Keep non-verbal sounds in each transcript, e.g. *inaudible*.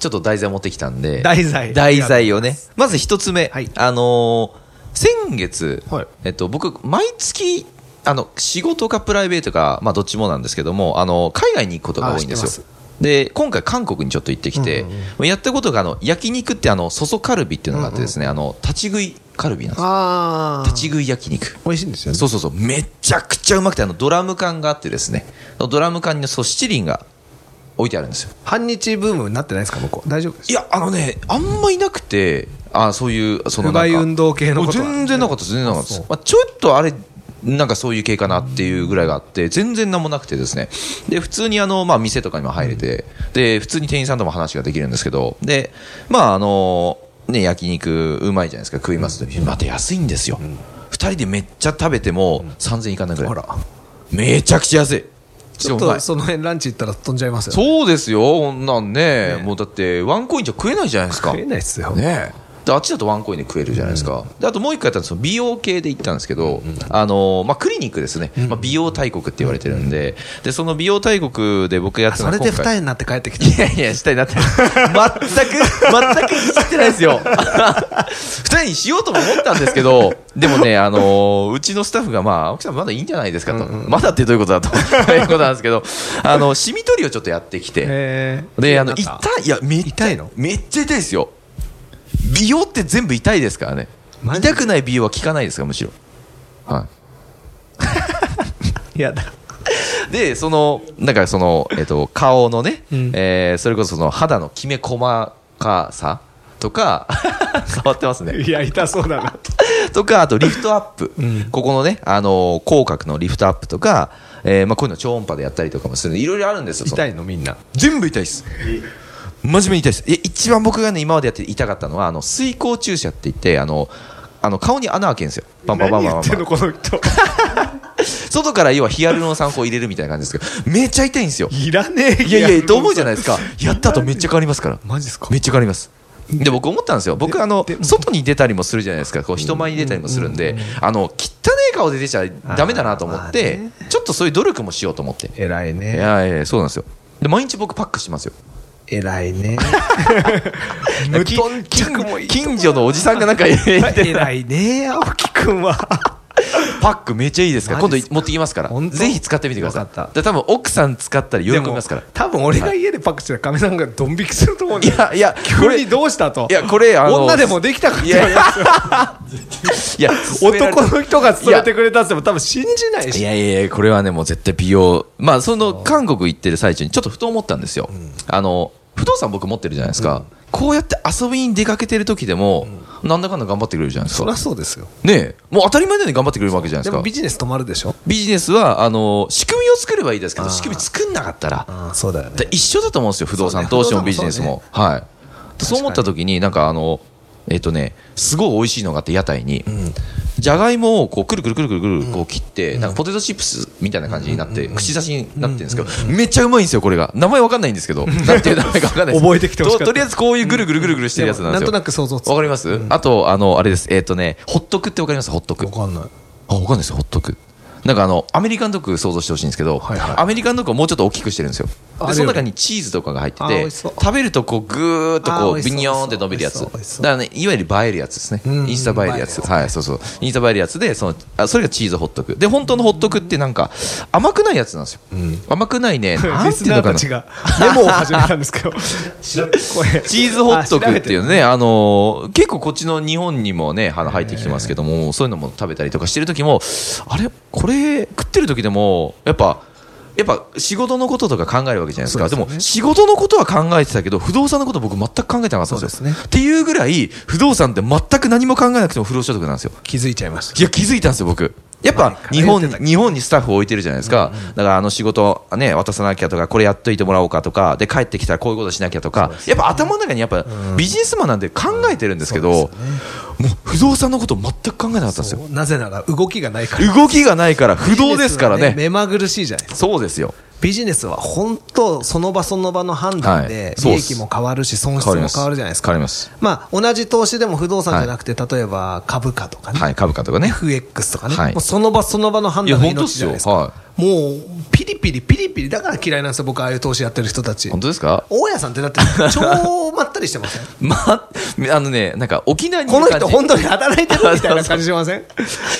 ちょっと題材持ってきたんで。題材題材をね。まず1つ目。はいあのー先月、はいえっと、僕、毎月、あの、仕事かプライベートか、まあ、どっちもなんですけども、あの、海外に行くことが多いんですあ知ってよ。で、今回韓国にちょっと行ってきて、うんうんやったことが、あの、焼肉って、あの、そそカルビっていうのがあってですね、あの、立ち食いカルビなんですよ。ああ立ち食い焼肉。美味しいんですよねそうそうそう、めちゃくちゃうまくて、あのドラム缶があってですね、ドラム缶にそう七輪が置いてあるんですよ。反日ブームになってないですか向こう大丈夫ですいや、あのね、あんまいなくて、あそういう、そのなんか不買運動系のことはもう全然なかったです、全然なかったですあそう。まあ、ちょっとあれ、なんかそういう系かなっていうぐらいがあって、全然なんもなくてですね。で、普通にあの、まあ、店とかにも入れて、で、普通に店員さんとも話ができるんですけど、で、まあ、あの、ね、焼肉うまいじゃないですか、食いますと。また安いんですよ。二人でめっちゃ食べても、3000いかないぐらい。ほらめちゃくちゃ安い。ちょっしかもうまといその辺ランチ行ったら飛んじゃいますよねそうですよ、こんなんね。もうだって、ワンコインじゃ食えないじゃないですか。食えないですよねえであっちだとワンコインで食えるじゃないですか、であともう一回やったんですよ美容系で行ったんですけど、あのまあ、クリニックですね、まあ、美容大国って言われてるんででその美容大国で僕やってたのそれがで今二回重になって帰ってきた *laughs* いやいやしたいなって全く全くいじってないですよ *laughs* 二人にしようとも思ったんですけどでもねあのうちのスタッフがまあ青木さんまだいいんじゃないですかと、まだってどういうことだと *laughs* いうことなんですけどあのシミ取りをちょっとやってきて、へーで、あの、なん痛かい、いや、めっちゃ痛いのめっちゃ痛いですよ。美容って全部痛いですからね。マジで痛くない美容は効かないですから、むしろ。はいやだい。で、その、なんかその、えっと、顔のね、うんえーそれこそその肌のきめ細かさとか、 *laughs* 触ってますね。 *laughs* いや痛そうだなとか、あとリフトアップ。うんここのね、あの口角のリフトアップとか、えーまあこういうの超音波でやったりとかもするんでいろいろあるんですよ。その痛いのみんな全部痛いです。真面目に痛いです。え、一番僕がね、今までやって痛かったのは、あの、水光注射って言って、あの、あの、顔に穴開けんですよ。バンバンバ何ンバン言バンってんバン。のこの人外から要はヒアルロン酸をこう入れるみたいな感じですけど、めっちゃ痛いんですよ。いらねえいやいや、と思うじゃないいですか。やった後めっちゃ変わりますから。マジっすかめっちゃ変わります。で、僕思ったんですよ。僕、あので、も外に出たりもするじゃないですか。こう、人前に出たりもするんで、あの、汚い顔で出ちゃダメだなと思っあーまてあ、ちょっとそういう努力もしようと思って。い偉いねやいやいや、そうなんですよ。で、毎日僕パックしてますよ。偉いね無き頓着もいい近近所のおじさんがなん *laughs* か言って偉いね青木くんはパックめっちゃいいですからマ今度ジっすか持ってきますから本当ぜひ使ってみてくださいわかったで多分奥さん使ったら喜びますからでも多分俺が家でパックしたら亀さんがドン引きすると思うんだいよやいやこ急れにどうしたといやこれあの女でもできたかっいやたいよやいや勧められた *laughs* 男の人が勧めてくれたって言っても多分信じないいしやいやいや、これはね、もう絶対美容。まあ、その、韓国行ってる最中に、ちょっとふと思ったんですよ。あの、不動産僕持ってるじゃないですか。こうやって遊びに出かけてる時でも、なんだかんだ頑張ってくれるじゃないですそりかゃ。そうですよねえ、もう当たり前のように頑張ってくれるわけじゃないでですかも。ビジネス止まるでしょビジネスは、あの、仕組みを作ればいいですけど、仕組み作んなかったら、ああそうだよねで一緒だと思うんですよ、不動産そうね投資もビジネスも。はい。そう思った時に、なんかあの、えっとね、すごい美味しいのがあって、屋台に。じゃがいもをこうくるくるくるくるくるこう切って、なんかポテトチップスみたいな感じになって、串刺しになってるんですけど、めっちゃうまいんですよ、これが。名前わかんないんですけど、なんていう名前かわかんないです覚えてきてほしかったととりあえずこういうぐるぐるぐるぐるしてるやつなんですよ。でもなんとなく想像つくわかりますあと、あの、あれです。えっとね、ホットクってわかりますホットクわ。かんないあ、わかんないですよ、ほっとく。なんかあの、アメリカンドッグ想像してほしいんですけど、はいはいアメリカンドッグをもうちょっと大きくしてるんですよ。あで、れそよりの中にチーズとかが入ってあー美て、味しそう食べるとこう、ぐーっとあこー美う、味ビしそうニョーンって伸びるやつ。美だ味しそうからね、いわゆる映えるやつですねうん。インスタ映えるやつ。映えはい、そうそう。インスタ映えるやつで、その、あそれがチーズほっとく。で、本当のほっとくってなんか、甘くないやつなんですよ。甘くないね、な *laughs* リんてスいうナのーかたな。*laughs* ちがメモを始めたんですけどこれチーズホットクっていあ調うべね、あのー結構こっちの日本にもね、あの入ってきてますけども、そういうのも食べたりとかしてる時も、あれこれ食ってる時でも、やっぱ、やっぱ仕事のこととか考えるわけじゃないですか。でそうですよねも仕事のことは考えてたけど、不動産のこと僕全く考えてなかったんですよ。そうですねっていうぐらい、不動産って全く何も考えなくても不労所得なんですよ。気づいちゃいましいや、気づいたんですよ、僕。やっぱ前から日言っ本てたけど日本にスタッフを置いてるじゃないですか、だからあの仕事、ね、渡さなきゃとか、これやっといてもらおうかとか、で帰ってきたらこういうことしなきゃとか、やっぱ頭の中にやっぱビジネスマンなんて考えてるんですけど、もう不動産のこと全く考えなかったんですよ、たなぜなら動きがないから動きがないから、不動ですからビジネスね、は目まぐるしいじゃないですかそうですよ、ビジネスは本当その場その場の判断はいでそ利うです益も変わるし損失も変わるじゃないですか変わりますまあ同じ投資でも不動産じゃなくて例えば株価とかねはい、株価とかね、 FX とかね、はいもうその場その場の判断いがや本当っ命すじゃよないですか、もうピリピリピリピリだから嫌いなんですよ、僕、ああいう投資やってる人たち。本当ですか、大家さんってだって、超まったりしてませんまあ、あのね、なんか沖縄にいこるの感じ人、本当に働いてるみたいな感じしません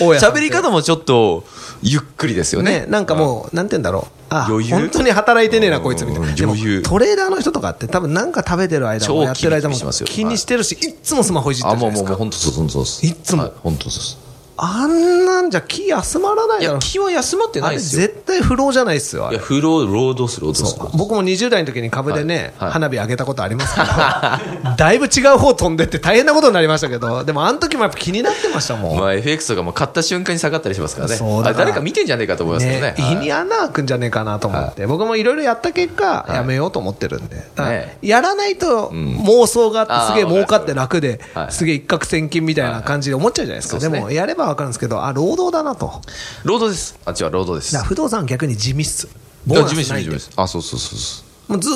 大家さんっ喋てり方もちょっとゆっくりですよね。ね、なんかもう、なんて言うんだろう。あ余裕本当に働いてねえな、こいつみたいな。うんでも余裕トレーダーの人とかって、多分なんか食べてる間も、超やってる間もキリキリしますよ気にしてるし、い、つもスマホいじってあ、るじゃもなういもうもですうか。本当そう本当そうです。いつもは本当そうです。あんなんじゃ気休まらないいだろや、。気は休まってあないれ、ですよ。絶対不老じゃないっすよ、いあれや、。不労、労働する、労働する。僕も20代の時に株でね、はいはい花火上げたことありますけ *laughs* ど、だいぶ違う方飛んでって大変なことになりましたけど、でもあの時もやっぱ気になってましたもん。まあ、FX とかも買った瞬間に下がったりしますからね。そうだあから誰か見てんじゃねえかと思いますけどね。ね、はい胃に穴開くんじゃねえかなと思って、僕もいろいろやった結果、やめようと思ってるんで、だからねやらないと妄想があって、すげえあー儲かって楽で、はいすげえ一攫千金みたいな感じで思っちゃうじゃないですか、はいはいでもやれば分かるんですけど、あ労働だなと、だか労働です。あっちは労働です。ら不動産は逆に地味っす、ボーあナ地ス味ない地味んで地味あ、そうそうそうそもうず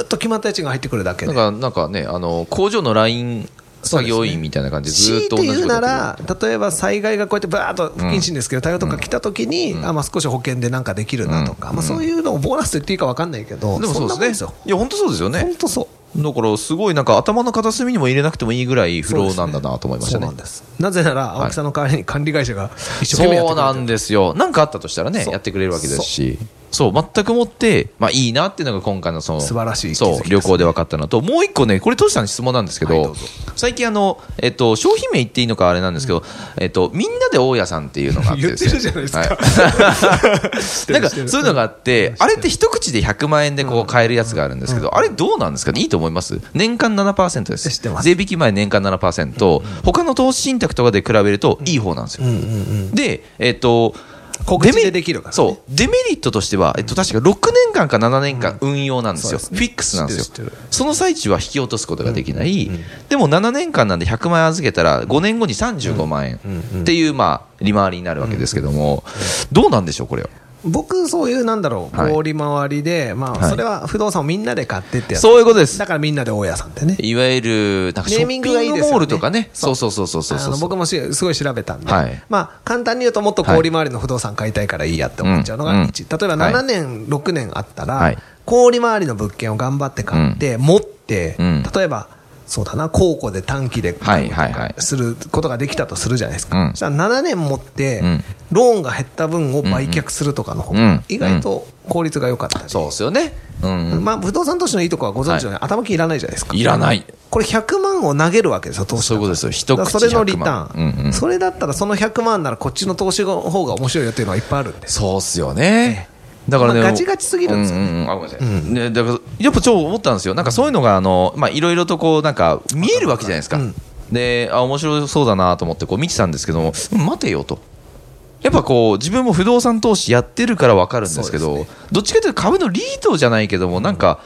ーっと決まった家賃が入ってくるだけう。なでん。か、なんかね、あの、工場のライン作業員みたいな感じで、ず強ーいっと同てじこ言うとなやらってる。、例えば災害がこうやってばーっと不謹慎ですけど、台風とか来たときに、あまあ、少し保険でなんかできるなとか、まあ、そういうのをボーナスと言っていいか分かんないけど、でもそうそんなもんでですすねよ。。いや、本当そうですよ本ね。当そう。だから、すごいなんか頭の片隅にも入れなくてもいいぐらい不労なんだなと思いましたそうねなん。です。なぜなら、青木さんの代わりに管理会社が一生懸命やってそうくれてるなんですよ、なんかあったとしたらね、そうやってくれるわけですし、そう、全くもって、まあいいなっていうのが今回のその、素晴らしい気づきですそう、旅行で分かったのと、もう一個ね、これ、トシさんに質問なんですけはど、いどうぞ最近あの、えっと、商品名言っていいのかあれなんですけど、えっと、みんなで大家さんっていうのがあってですね、言ってるじゃないですか *laughs* はいなんか、知ってるそういうのがあって、あれって一口で100万円でこう買えるやつがあるんですけど、あれどうなんですかね、いいと思います年間7%です。知ってます税引き前年間7%、他の投資信託とかで比べるといい方なんですよ。で、えっ、と、告知でデメできるからねそう。デメリットとしては、えっと、確か6年間か7年間運用なんですよ。そうフですねィックスなんです知ってるよ知って。その最中は引き落とすことができない。でも7年間なんで100万円預けたら、5年後に35万円っていう、まあ、利回りになるわけですけども、どうなんでしょう、これは。僕、そういう、なんだろう、はい氷回りで、まはあ、いそれは不動産をみんなで買ってってやつそういうことですだ。からみんなで大家さんってね。いわゆる、なんかショネーッピミンンググがいいですよねモールとかね。そうそうそうそうそうあそうの僕もしすごい調べたんで、はいまあ、簡単に言うと、もっと氷回りの不動産買いたいからいいやって思っちゃうのがうん1、例えばはい7年、6年あったら、はい氷回りの物件を頑張って買って、持って、うん例えば、そうだな、高庫で短期で、はいはいはいすることができたとするじゃないですか、うんそしたら7年持って、うんローンが減った分を売却するとかの方が、うん意外と効率が良かったり、そうですよね。うんうん。まあ、不動産投資のいいとこはご存知のように、頭金いらないじゃないですか。いらない。これ100万を投げるわけですよ、投資そういうことですよ一口だからそれのリタ100万ーン、うんうんそれだったらその100万ならこっちの投資の方が面白いよっていうのはいっぱいあるんです。そうっすよね。だからね、まあガチガチすぎるんですようねううんあごめんなさいねだからやっぱ超思ったんですよ。なんかそういうのがあのまあいろいろとこうなんか見えるわけじゃないですか。で、あ面白そうだなと思ってこう見てたんですけども、うん待てよと。やっぱこう自分も不動産投資やってるから分かるんですけどそうですどっちかというと株のリートじゃないけどもなんか、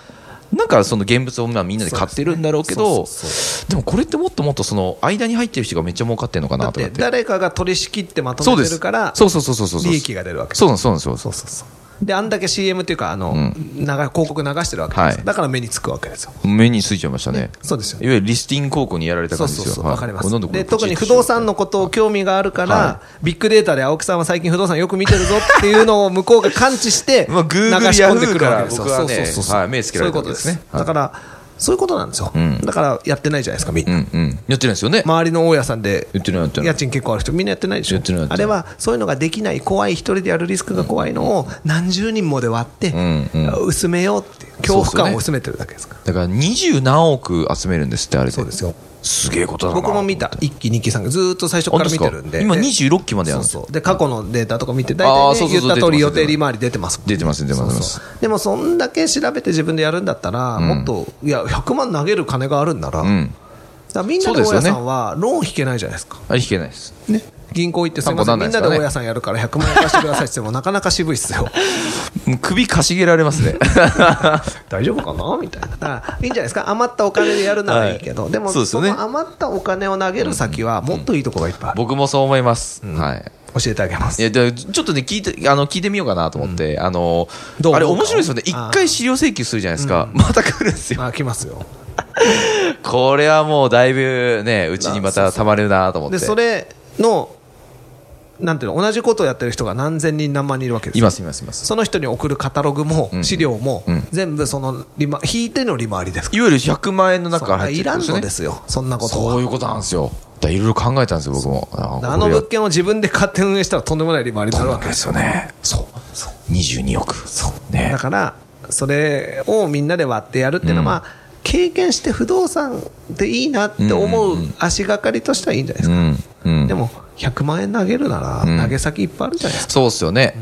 なんかその現物をまあみんなで買ってるんだろうけどそうでもこれってもっともっとその間に入ってる人がめっちゃ儲かってるのかだなっとかてって誰かが取り仕切ってまそとうめでてするから、そうそうそうそうそう利益が出るわけそうなんですそうなんですよそうそうそう。で、あんだけ CM っていうか、あの、流広告流してるわけです、はいだから目につくわけですよ。目についちゃいましたね。そうですよいわゆるリスティング広告にやられたそ感うじでそうすよ。そう、はいわかります。なんでこれで、特にこっ不ちに動産のことを興味があるから、はビッグデータで青木さんは最近不動産よく見てるぞっていうのを向こうが感知して、 *laughs* まあ Google 流し込んでくるわけですよ。 Yahoo から僕はねはい目つけられそたわけういうことでですすねね。だから、そういうことなんですよ。だから、やってないじゃないですか、みんな。うんうん。やってないですよね。周りの大家さんでやってないやってない家賃結構ある人、みんなやってないでしょやってないやっ、てなあいれはそういうのができない、怖い、一人でやるリスクが怖いのを何十人もで割ってんう、薄めようっていう、恐怖感そうをです薄めてるだけですから。だから二十何億集めるんですってあれそうですよ。すげえことだな僕も見た、1期、2期、3期、ずーっと最初から見てるんで、本当でですか今26期までやるんそうですよそうで過去のデータとか見て、大あー体そうそうね、言そうった通り出てま予す定利回り出てますもん出てます出てますそうそうでも、そんだけ調べて自分でやるんだったら、もっと、いや、100万投げる金があるんなら、うんだからみんなそうでです大よ家ねさんは、ローン引けないじゃないですか。あれ引けないですね、銀行行ってすみません、み担ん保ななんでないですからね大家さんやるから100万円貸してくださいって言っても、なかなか渋いっ *laughs* すうよ、ん首かしげられます *laughs* ね大丈夫かなみたいな、だからいいんじゃないですか、余ったお金でやるならいいけど、はいでも、そうですよねの余ったお金を投げる先は、もっといいとこがいっぱいある、僕もそう思います、はい教えてあげまいす。やでちょっとね聞いてあの聞いてみようかなと思って、あのどう思うかあれ面白いですよね一あー回資料請求するじゃないですか、また来るんですよまあ、来ます *laughs* よこれはもうだいぶねうちにまたたまるなと思ってでそれのなんていうの同じことをやってる人が何千人何万人いるわけですいよますいますいますその人に送るカタログも資料もうん全部その利回引いての利回りですからいわゆる100万円の中そかうら入っていらんるのんでですすよねよそんなことはそういうことなんですよだからいろいろ考えたんですよ僕もあの物物件を自分で買って運営したらとんでもない利回りになるわけでですすよねそう22億そうねだからそれをみんなで割ってやるっていうのは、まあ経験して不動産でいいなって思う足がかりとしてはいいんじゃないですうか、んうんでも100万円投げるなら、ん投げ先いっぱいあるじゃないですかそうっすよね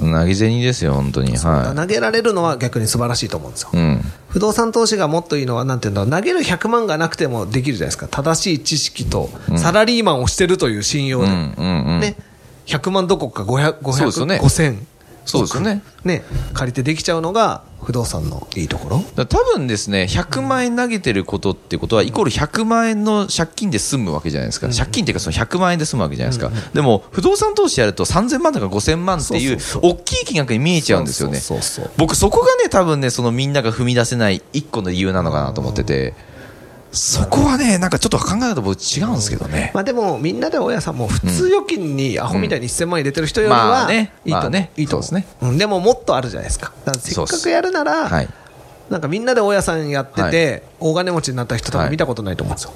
投げ銭ですよ本当には投げられるのは逆に素晴らしいと思うんですよ、いうん不動産投資がもっといいのは、なんていうんだろう投げる100万がなくてもできるじゃないですか、正しい知識と、サラリーマンをしてるという信う用で、んうんうんね、100万どころか500、そうですよ500、ね5000、そうですよねね、借りてできちゃうのが、不動産のいいところ。だから多分ですね、100万円投げてることってことは、イコール100万円の借金で済むわけじゃないですか、借金っていうか、その100万円で済むわけじゃないですか、でも、不動産投資やると3000万とか5000万っていう、そうそう大きい金額に見えちゃうんですよねそうそうそう、僕、そこがね、多分ね、そのみんなが踏み出せない一個の理由なのかなと思ってて、そこはね、なんかちょっと考え方、僕、違うんですけどね。まあでも、みんなで大家さんも普通預金にアホみたいに1000万円入れてる人よりまはあねいいとまあ思うねいいと思うそうですうんでももっとあるじゃないですか。だからせっかくやるなら、はいなんかみんなで大家さんやってて、大金持ちになった人多は分い見たことないと思うんですよ。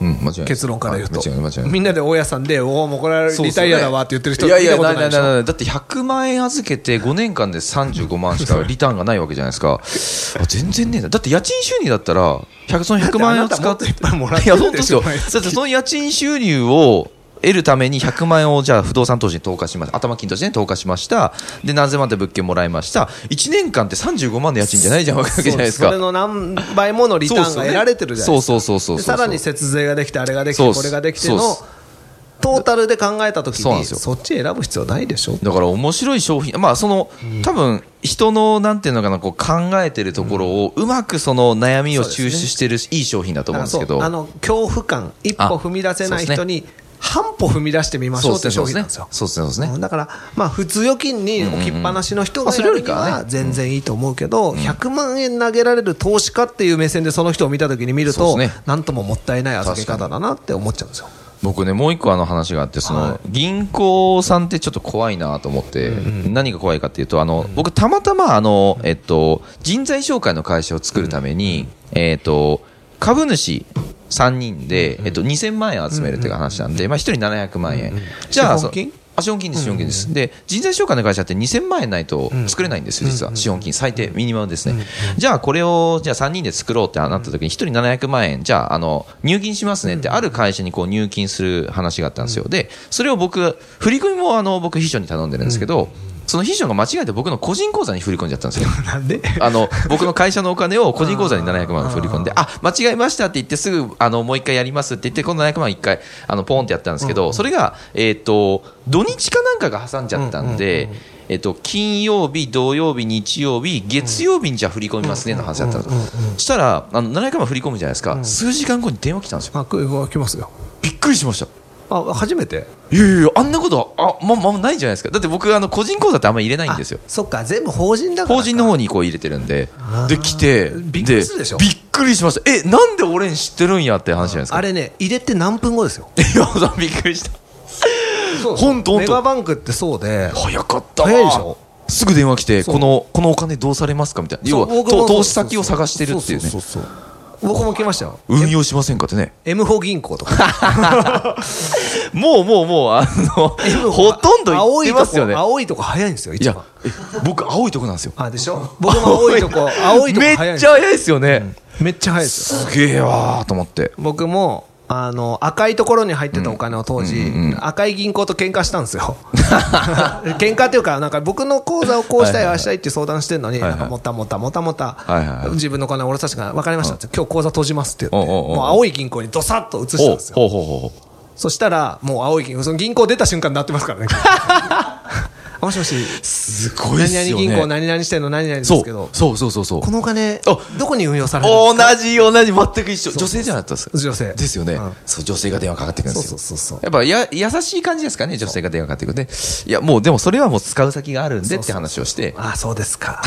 うん、間違いない *laughs* 結論から言うとはい間違いない間違いないみんなで大家さんで、おお、もうこれはリタイアだわって言ってる人、いやいや、見たなこいなとないいでしょないないだって100万円預けて5年間で35万しかリターンがないわけじゃないですか。あ全然ねえな。だって家賃収入だったら、100その100万円を使だってあなたもっといっぱいもらっていや、る本当ででしすょよ。だってその家賃収入を、得るために100万円をじゃあ不動産投資に投下しました頭金としてね投下しましたで何千万で物件もらいました1年間って35万の家賃じゃないじゃんわけじゃないですかそうそれの何倍ものリターンが得られてるじゃないですか。そうそうそうそうそうでさらに節税ができて、あれができそうて、っすこれができてのそうっす、トータルで考えたときそうなんに、ですよそっち選ぶ必要ないでしょ。だから面白い商品、まあ、その、多分人のなんていうのかな、こう考えてるところを、うまくその悩みを抽出してる、いい商品だと思うんですけだど、からそうあの恐怖感、一歩あ踏み出せないそう人でに、半歩踏み出してみましょうっていうそ商うです品なねんですよ。そうですね、そうですねう。んだから、まあ、普通預金に置きっぱなしの人うんうんうんまあそがやれよるりにかはねは全然いいと思うけど、100万円投げられる投資家っていう目線でその人を見たときに見るそとうですね、なんとももったいない預け方だなって思っちゃうんですよ。僕ね、もう一個あの話があって、その、はい銀行さんってちょっと怖いなと思って、何が怖いかっていうと、あの、僕たまたま、あの、えっと、人材紹介の会社を作るために、えっと、株主、3人で、えっと、2000万円集めるっていう話なんで、まあ、1人700万円。じゃあ、資本金そあ資本金です、資本金です。で、人材紹介の会社って2000万円ないと作れないんですよ、実は。資本金、最低、ミニマムですね。じゃあ、これを、じゃあ3人で作ろうってなった時に、1人700万円、じゃあ、あの、入金しますねって、ある会社にこう入金する話があったんですよ。で、それを僕、振り込みも、あの、僕、秘書に頼んでるんですけど、その秘書が間違えて僕の個人口座に振り込んじゃったんですよ。なんで *laughs* あの僕の会社のお金を個人口座に700万振り込んで、あ間違えましたって言って、すぐあのもう一回やりますって言って、この700万、一回あのポンってやったんですけど、それが、えー、と土日かなんかが挟んじゃったんで、えー、と金曜日、土曜日、日曜日、月曜日にじゃあ振り込みますねの話だったんですよしたら、あの700万振り込むじゃないですか、数時間後に電話来たんですよ、あ、く動きますよ。びっくりしました。あ、初めていやいやいやあんなことあ、ままないじゃないですか、だって僕、あの個人口座ってあんまり入れないんですよ。そっか、全部法人だからか。法人の方にこう入れてるんで、で、来て、びっくりするでしょびっくりしました。え、なんで俺に知ってるんやって話じゃないですか。 *laughs* あれね、入れて何分後ですよ。いや、そうびっくりした。そうほんとほんとメガバンクってそうで、早かったわ早いでしょすぐ電話来て、そうこの、このお金どうされますかみたいな。要は、そう僕もとそう投資先を探してるっていうねそ。そうそうそう僕も来ましたよ。運用しませんかってね。 M 法銀行 *laughs* とか。もうもうもう、あの、ほとんど行青っいてとますよねこ、。青いとこ早いんですよ、い一や番。、え僕、青いとこなんですよ。あ、でしょ僕も青いと *laughs* こ、青いとこめっ早いんでちすゃよ。早いですよね。めっちゃ早いですよ。すげえわーと思って。僕も、あの、赤いところに入ってたお金を当時、うんうんうん赤い銀行と喧嘩したんですよ。 *laughs* 喧嘩っていうか、なんか僕の口座をこうしはいはたい、いはいああしたいって相談してるのに、はいなはいんかもたもたもたもた、いはいはい自分のお金を下ろさせてから、分かりましたって、今日口座閉じますって言って、おうおうおうもう青い銀行にどさっと移したんおですよ。ほうほうほうほう。そしたら、もう青い銀行、その銀行出た瞬間になってますか *laughs* らね。もしもし、すごいっ何すよ々ね。銀行、何々してんの、何々ですそうけど、そうそうそうそうこ。のお金あ、どこに運用されるん同ですかじ同じ全く一緒女性じゃなかったです女性ですよね、うんそう女性が電話かかってくるんですよそうそうそうそうやっぱや優しい感じですかね女性が電話かかってくるでいやもうでもそれはもう使う先があるんでって話をしてあそうで *laughs* すか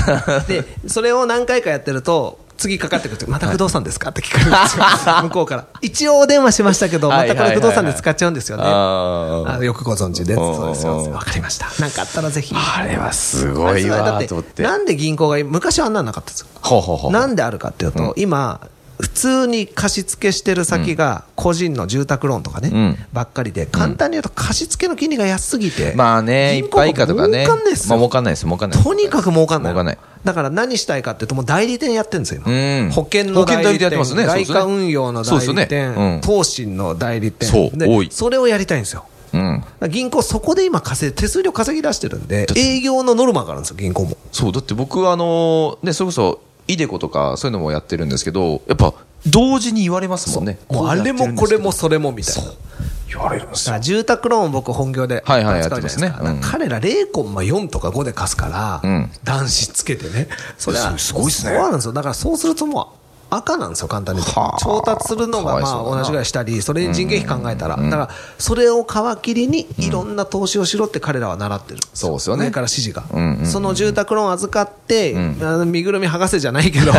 でそれを何回かやってると次かかってくるとまた不動産ですかって聞かれ *laughs* るんですよ向こうから一応お電話しましたけどまたこれ不動産で使っちゃうんですよねはいはいはいはいあーあよくご存知でそうですうんうんようんわかりました何かあったらぜひあれはすごいわあれーと思それっはだっててなんで銀行が昔はあんなんなかったんですよほうほうほうなんであるかっていうと、今、普通に貸付してる先が、個人の住宅ローンとかね、うんばっかりで、簡単に言うと、貸付の金利が安すぎて、まあねいっ銀行がぱい以下とかね儲かんないっすまよあ儲かんないです儲かんないとにかく儲かんない儲かんないだから何したいかっていうと、もう代理店やってるんですよ、今、うん保険の代保険代理店理やって店、ますねそうで外すね貨運用の代そうで理すよ店、ねうん投信の代理店そうで多いそれをやりたいんですよ。うんだから銀行、そこで今稼い、手数料稼ぎ出してるんでだっ、て営業のノルマがあるんですよ、銀行も。そう、だって僕はあのね、それこそ、イデコとかそういうのもやってるんですけど、やっぱ、同時に言われますもんね。もうあれもこれもそれもみたいな。言われるんですだかよ。ら住宅ローンを僕本業ではいはい扱うじゃないですか。やってますねうんだから彼ら0コンマ4とか5で貸すから、うん男子つけてね。それはすごいっすねそうなんですよ。だからそうするともう赤なんですよ、簡単に言うとはあ調達するのかわがいまそうだなあ同じぐらいしたり、それに人件費考えたら。だからそれを皮切りにいろんな投資をしろって彼らは習ってる。そうですよね上から指示がうんうんう。んその住宅ローン預かって、あの身ぐるみ剥がせじゃな *laughs* いけど、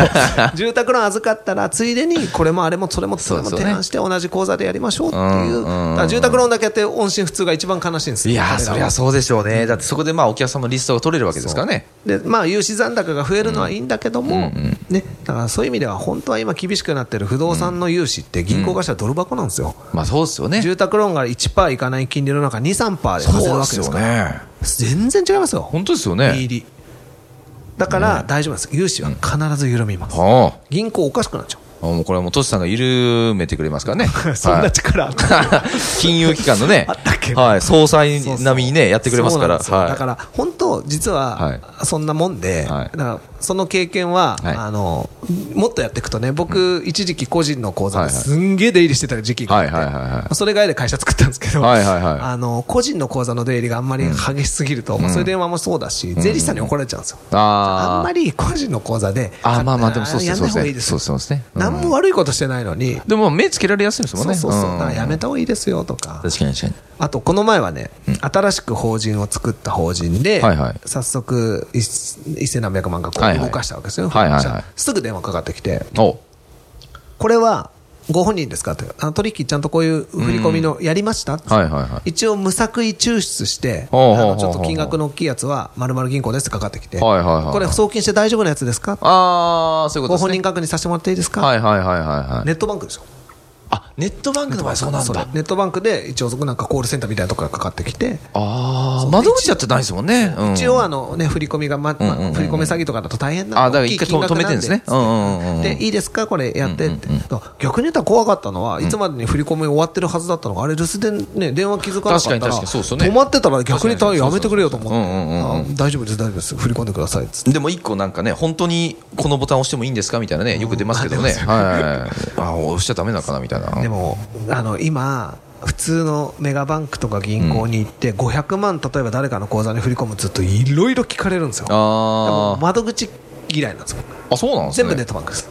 住宅ローン預かったらついでにこれもあれもそれもそれもそうです提よね案して同じ口座でやりましょうっていうんう。だうんうんから住宅ローンだけやって音信不通が一番悲しいんですよいやー、そりゃそうでしょうね。だってそこでまあ、お客様のリストが取れるわけですからね。でまあ、融資残高が増えるのはいいんだけども、ね、だからそういう意味では、本当は今、厳しくなってる不動産の融資って、銀行会社はドル箱なんですよ、まあ、そうですよね。住宅ローンが1%いかない金利の中、2、3%で貸せるわけですから、ね。全然違いますよ、本当ですよ利ね。率。だから大丈夫なんです、融資は必ず緩みます、は銀行おかしくなっちゃあ。もうこれはもう、トシさんが緩めてくれますから *laughs* ね。う、そんはない力あった *laughs* 金融機関のね *laughs* あったっ、けはい、総裁並みにね、やってくれますから。そうなんですよだはから本当実ははそんなもんで、はいだからその経験は、はいあのもっとやっていくとね僕一時期個人の口座はでいはいすんげえ出入りしてた時期があって、はいはいはいはいそれ以外で会社作ったんですけど、はいはいはいあの個人の口座の出入りがあんまり激しすぎると、まあ、そういう電話もそうだし、税理士さんに怒られちゃうんですよ。い。ああんまり。り個人の口座で、あ、まあまあ、でもそうですやね。んそうなですい方がいいね。でそうすよですそうですね。うん何も悪いことしてないのに、でも目つけられやすいですもんそうね。そうそう、んだからやめた方がいいですよとか、確かに確かに。あと、この前はね、新しく法人を作った法人で、はいはい早速、い1000何百万がこはいはうい動かしたわけですよ、はいはいはいそしたらすぐ電話かかってきて、おこれはご本人ですかって、あの取引ちゃんとこういう振り込みのやりましたってはいはいはい。一応、無作為抽出して、あほうほうほうほうのちょっと金額の大きいやつは、まるまる銀行ですってかかってきて、はいはいはいこれ、送金して大丈夫なやつですかああ、そういうこごと本です人ね。確認させてもらっていいですか、はいはいはいはいはい。ネットバンクでしょ。あ、ネットバンクの場合そうなんそれだ。ネットバンクで一応、なんかコールセンターみたいなところがかかってきて、ああ、窓口やってないですもんね。うん一応あの、ね、振り込みが、ままうんうんうん振り込め詐欺とかだと大変なあだから大きい一回金額止めてんですねなうんうんうんうんで、いいですか、これやってって、逆に言ったら怖かったのは、いつまでに振り込み終わってるはずだったのが、あれ、留守電、ね、電話気づかなかったら、確かに確かにそうっすよね止まってたら、逆に多分やめてくれよと思って、確かにそうそうそうそううんうんあ大丈夫です、大丈夫です、振り込んでくださいっつって。でも一個なんかね、本当にこのボタン押してもいいんですかみたいなね、よく出ますけどね。うんはいはいはい。あー押しちゃダメなのかなみたいな。でもあの今普通のメガバンクとか銀行に行って、500万、例えば誰かの口座に振り込むずっといろいろ聞かれるんですよ、あー窓口嫌いなんですよ、あ、そうなんです全ね。部ネットバンクです。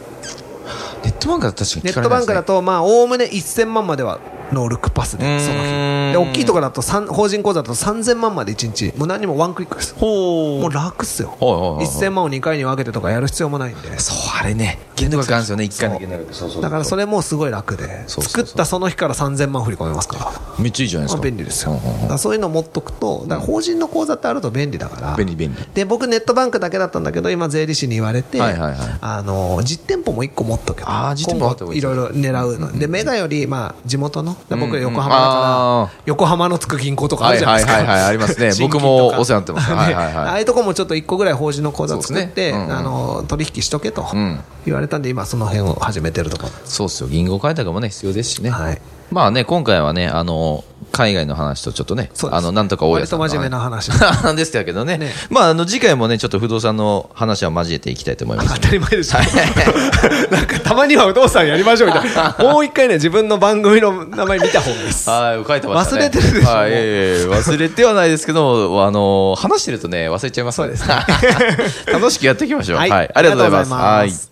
ネットバンクだと確かにネ聞かれットないバですンねクだと、まあ、おおむね1000万まではノールックパスうーんで、その日。で、大きいところだと、三法人口座だと3000万まで1日。もう何もワンクリックです。ほうもう楽っすよ。はいはいはいはい1000万を2回に分けてとかやる必要もないんで。そうあれね限度額あるんですよね一回の限度額そうそうだからそれもすごい楽で、そうそうそう作ったその日から3000万振り込めますから。めっちゃいいじゃないですまあか便利ですよ、うんうんうんだからそういうの持っとくと、だから法人の口座ってあると便利だから、便利便利で僕、ネットバンクだけだったんだけど、今、税理士に言われて、はいはいはいあの実店舗も1個持っとけばあー、実店舗あった方がいい今後いろいろ狙うの、でメガより、まあ、地元の、で僕、横浜だあかーら、横浜のつく銀行とかあるじゃないですか、はいはいはいはいありますね *laughs* 新規僕もとかお世話になってますねはいはいはいああいうとこもちょっと1個ぐらい法人の口座作っそうでて、すねうんうんあの取引しとけとうん言われたんで、今、その辺を始めてるところ、そうっすよ銀行開拓もね必要ですしね、はいまあね今回はねあの海外の話とちょっとねそうですあのなんとか大家割さとんの真面目な話。話 *laughs* でしたけどねねまああの次回もねちょっと不動産の話は交えていきたいと思います当たり前でしょ、 *laughs* なんかたまにはお父さんやりましょうみたいなもう一回ね自分の番組の名前見た方がいいですはい、書いてましたね。忘れてるでしょはい、いえいえ忘れてはないですけど、あの、話してるとね、忘れちゃいます、ね。そうです *laughs* 楽しくやっていきましょう。は、はいいありがとうございます。ありがとうござはいいま。す